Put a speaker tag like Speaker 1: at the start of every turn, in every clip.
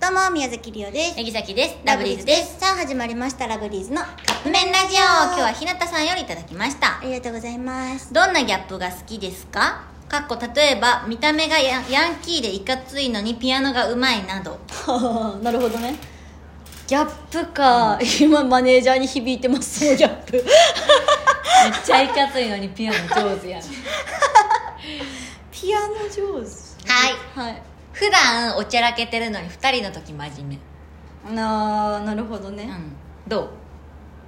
Speaker 1: どうも宮崎りおです
Speaker 2: えぎさきです。ラブリーズです。
Speaker 1: さあ始まりましたラブリーズのカップ
Speaker 2: 譜面
Speaker 1: 麺ラ
Speaker 2: ラ
Speaker 1: ジ
Speaker 2: ジ
Speaker 1: オ
Speaker 2: オ今日は日向さんよりいただきました
Speaker 1: あ。りがとうございます
Speaker 2: どんなギャップが好きですかかっこ例えば、見た目がヤヤンキーでいかついのにピアノがうまいなど。
Speaker 1: なるほどねギャップか、今マネージャーに響いてますそのギャップ
Speaker 2: めっちゃいかついのにピアノ上手やん。
Speaker 1: ピアノ上手 はいはい
Speaker 2: 普段おちゃらけてるのに二人の時真面
Speaker 1: なあなるほどね
Speaker 2: 目。うん。どう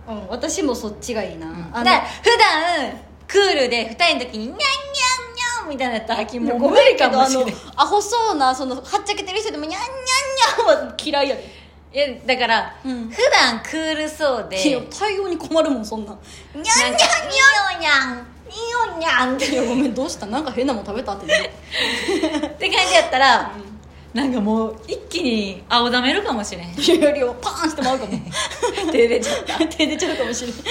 Speaker 1: うん、私もそっちがいいな、
Speaker 2: だ
Speaker 1: あ
Speaker 2: か
Speaker 1: の
Speaker 2: ら普段クールで二人の時にニャンニャンニャンみたいなやったらきもう
Speaker 1: ご
Speaker 2: ご
Speaker 1: め
Speaker 2: め
Speaker 1: ん
Speaker 2: ん
Speaker 1: け
Speaker 2: か
Speaker 1: ど
Speaker 2: も
Speaker 1: あ
Speaker 2: しれ
Speaker 1: の
Speaker 2: ない
Speaker 1: アホそうなそのはっちゃけてる人でもニャンニャンニャンは嫌いやで
Speaker 2: いやだから、
Speaker 1: うん
Speaker 2: 普段クールそうで
Speaker 1: いや対応に困るもんそんなんニャンニ
Speaker 2: なんかニョンニョンニョンニョンって
Speaker 1: ャンいやごめんどうしたなんか変なもん食べたって、ね、
Speaker 2: って感じやったら、なんかもう一気に青ざめるかもしれん
Speaker 1: いやいやパーンし てまうかも
Speaker 2: 手出ちゃっ
Speaker 1: 手出ちゃうかもしれ
Speaker 2: た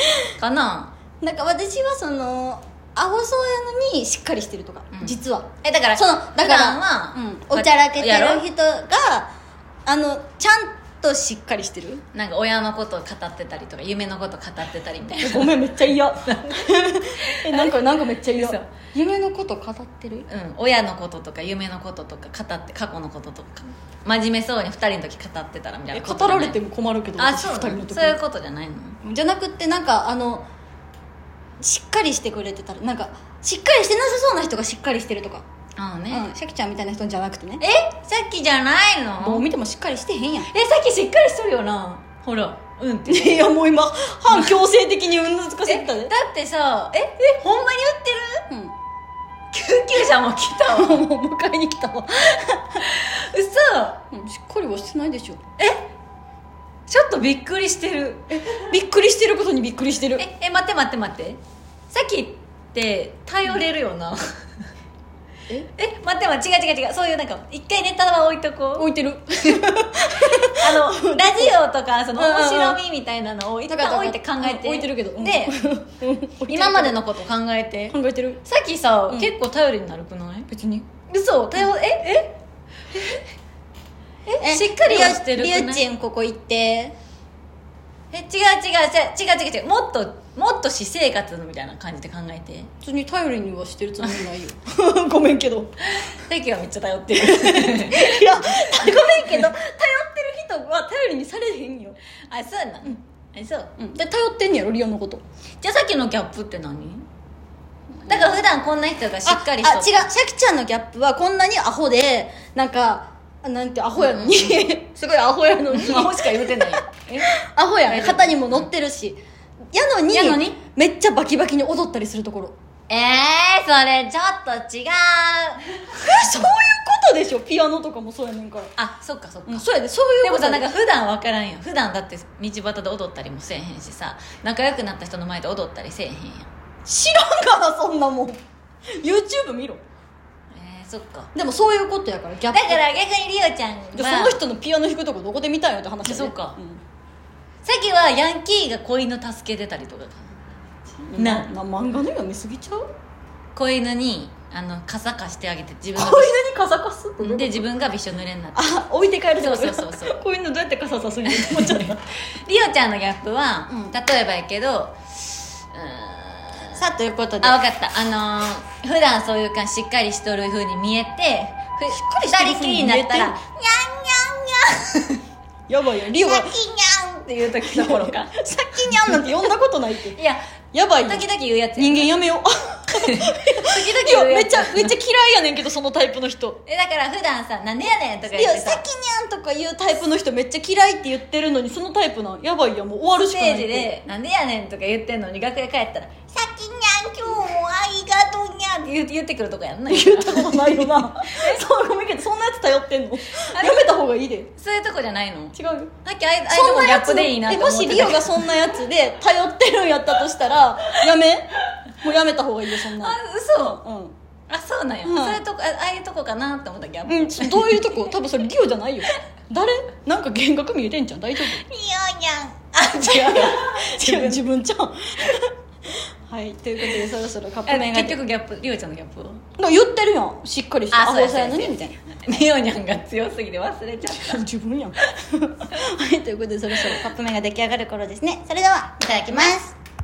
Speaker 2: か な
Speaker 1: ないなんか私はそのアホそうやのにしっかりしてるとか、
Speaker 2: うん
Speaker 1: 実は
Speaker 2: えだから
Speaker 1: そのだ
Speaker 2: 普
Speaker 1: から
Speaker 2: 段は、
Speaker 1: うん、おちゃらけてる
Speaker 2: やろ
Speaker 1: 人があのちゃんとしっかりしてる
Speaker 2: なんか親のことを語ってたりとか夢のことを語ってたりみたいな
Speaker 1: ごめんめっちゃ 嫌えなんかなんかめっちゃ嫌
Speaker 2: 嘘
Speaker 1: 夢のこと語ってる
Speaker 2: うん、親のこととか夢のこととか語って過去のこととか真面目そうに2人の時語ってたらみたい
Speaker 1: え
Speaker 2: なこ
Speaker 1: 語
Speaker 2: とじゃ
Speaker 1: ら
Speaker 2: ない
Speaker 1: れても困るけど
Speaker 2: あ
Speaker 1: 私
Speaker 2: そうな
Speaker 1: 二人の
Speaker 2: の
Speaker 1: 時
Speaker 2: そういうことじゃないの
Speaker 1: じゃなくってなんかあのしっかりしてくれてたらなんかしっかりしてなさそうな人がしっかりしてるとか、
Speaker 2: ああね、
Speaker 1: うん、シャキちゃんみたいな人じゃなくてね
Speaker 2: えさっきじゃない
Speaker 1: どう
Speaker 2: の
Speaker 1: 見てもしっかりしてへんやん
Speaker 2: えさっきしっかりしとるよなほらうんって
Speaker 1: いやもう今反強制的にうんづかせてた
Speaker 2: え
Speaker 1: で
Speaker 2: だってさええほんまに売ってる
Speaker 1: うん
Speaker 2: 救急車も来たわ
Speaker 1: もう迎えに来たわ、
Speaker 2: 嘘
Speaker 1: うん、しっかりはしてないでしょ
Speaker 2: ちょっとびっくりしてる
Speaker 1: びっくりしてることにびっくりしてる
Speaker 2: ええ待って待って待ってさっきって頼れるよな
Speaker 1: え
Speaker 2: え待って待って違う違う違うそういうなんか一回ネタは置いとこう
Speaker 1: 置いてる
Speaker 2: あ のラジオとかその
Speaker 1: うんうんうん
Speaker 2: 面白みみたいなのを一旦置いて考えて
Speaker 1: 置いてるけど、うん
Speaker 2: で
Speaker 1: うん置いてる
Speaker 2: 今までのこと考えて
Speaker 1: 考えてる
Speaker 2: さっきさ、
Speaker 1: うん
Speaker 2: 結構頼りになるくない
Speaker 1: 別に
Speaker 2: 嘘頼えええしっかりはしてる
Speaker 1: リ
Speaker 2: くない
Speaker 1: ュウチンここ行って
Speaker 2: え違う違う違う違う違う違うもっともっと私生活みたいな感じで考えて
Speaker 1: 普通に頼りにはしてるつもりないよ ごめんけど
Speaker 2: さっきはめっちゃ頼って る
Speaker 1: いや、ごめんけど、頼ってる人は頼りにされへんよ。
Speaker 2: あそうな、ん、あそう
Speaker 1: うん。で、頼ってんねやろ、リオのこと。
Speaker 2: じゃあさっきのギャップって何だから普段こんな人がしっかりし
Speaker 1: あ、あ
Speaker 2: と
Speaker 1: 違う。シャキちゃんのギャップはこんなにアホで、なんか、あなんてアホやのに。すごいアホやのに。
Speaker 2: 魔法しか言うて ないよ
Speaker 1: アホや
Speaker 2: 大
Speaker 1: ん。
Speaker 2: 丈夫
Speaker 1: 肩にも乗ってるし。やのに
Speaker 2: やのに
Speaker 1: めっちゃバキバキに踊ったりするところ。
Speaker 2: ええー、それちょっ と違う
Speaker 1: え、そういうことでしょピアノとかもそうやねんから。
Speaker 2: あそっかそっか、
Speaker 1: うん、そうやで、そういう
Speaker 2: で
Speaker 1: こ
Speaker 2: もさ
Speaker 1: と
Speaker 2: な
Speaker 1: やで
Speaker 2: んか普段わからんやん普段だって道端で踊ったりもせえへんしさ仲良くなった人の前で踊ったりせえへんやん
Speaker 1: 知らんから、そんなもん。YouTube 見ろ。
Speaker 2: えー、そっか
Speaker 1: でもそういうことやから、ギャッ
Speaker 2: だ
Speaker 1: プ。
Speaker 2: から逆にリオちゃんは
Speaker 1: じゃあその人のピアノ弾くとこどこで見たんよって話だよ、
Speaker 2: そう
Speaker 1: ね、
Speaker 2: か
Speaker 1: ん
Speaker 2: さっきはヤンキーが子犬助けてたりとかかな
Speaker 1: な漫画の読みすぎちゃう
Speaker 2: 子犬にあの傘貸してあげて自分
Speaker 1: 子犬に傘貸すってど
Speaker 2: が
Speaker 1: ういうこと
Speaker 2: で自分がびしょ濡れになって
Speaker 1: あ置いて帰る
Speaker 2: そうそうそうそう
Speaker 1: こういうのどうやって傘さすんやって思っちゃった
Speaker 2: リオちゃんのギャップは、
Speaker 1: うん
Speaker 2: 例えばやけどうーん
Speaker 1: さあということで
Speaker 2: あ分かったあのー、普段そういう感じしっかりしとるふうに見えてふ
Speaker 1: かりしてる
Speaker 2: 二
Speaker 1: 風
Speaker 2: 人き
Speaker 1: に
Speaker 2: りに
Speaker 1: 見
Speaker 2: な
Speaker 1: えて
Speaker 2: ったら「ニャンニ
Speaker 1: やばいや リオが
Speaker 2: ャンニャンって言う時どころか
Speaker 1: さっきにゃんなんて呼んだことな いって
Speaker 2: いや
Speaker 1: やばいよ
Speaker 2: 時々言うやつ
Speaker 1: 人間やめよう
Speaker 2: 時々
Speaker 1: リオ
Speaker 2: 言うや
Speaker 1: めっ
Speaker 2: つ
Speaker 1: ちゃめっちゃ嫌いやねんけどそのタイプの人
Speaker 2: えだから普段さ「なんでやねん」とか
Speaker 1: リオ
Speaker 2: 言って
Speaker 1: さ
Speaker 2: さ
Speaker 1: っきにゃんとかいうタイプの人めっちゃ嫌いって言ってるのにそのタイプなんやばいやもう終わる
Speaker 2: ス
Speaker 1: しかない
Speaker 2: テージ で「なんでやねん」とか言ってんのに楽屋帰ったら「さっきにゃん今日もありがとうにゃん」って言う言ってくるとこや んな
Speaker 1: 言ったことないよな そうごめんけどそんなやつ頼ってんのやめた方がいいで違う
Speaker 2: そういうとこじゃないの
Speaker 1: よ
Speaker 2: さっきあいあいとこギャップでいいな
Speaker 1: え
Speaker 2: と思
Speaker 1: も
Speaker 2: ってた
Speaker 1: しリオがそんなやつで頼ってるんやったとし たらやめもうやめた方がいいよそん
Speaker 2: あ
Speaker 1: な
Speaker 2: 嘘
Speaker 1: うん、
Speaker 2: あそうなんや、
Speaker 1: うん
Speaker 2: そういうとこあああいうとこかなって思ったギャップ、
Speaker 1: うん、ちょどういうとこ多分それリオじゃないよ誰なんか幻覚見えて んじゃん大丈夫
Speaker 2: にゃん
Speaker 1: あ違う違う自分ちゃん はいということでそろそろカップ
Speaker 2: あ
Speaker 1: 麺が
Speaker 2: 結局ギャップりおちゃんのギャップを
Speaker 1: 言ってるやんしっかりして
Speaker 2: あ
Speaker 1: ア
Speaker 2: そうで
Speaker 1: ホ
Speaker 2: す
Speaker 1: さやのにみたいな
Speaker 2: ネオニャンが強すぎて忘れちゃっ
Speaker 1: 自分やんはいということでそろそろカップ麺が出来上がる頃ですね
Speaker 2: たねそれではいただきます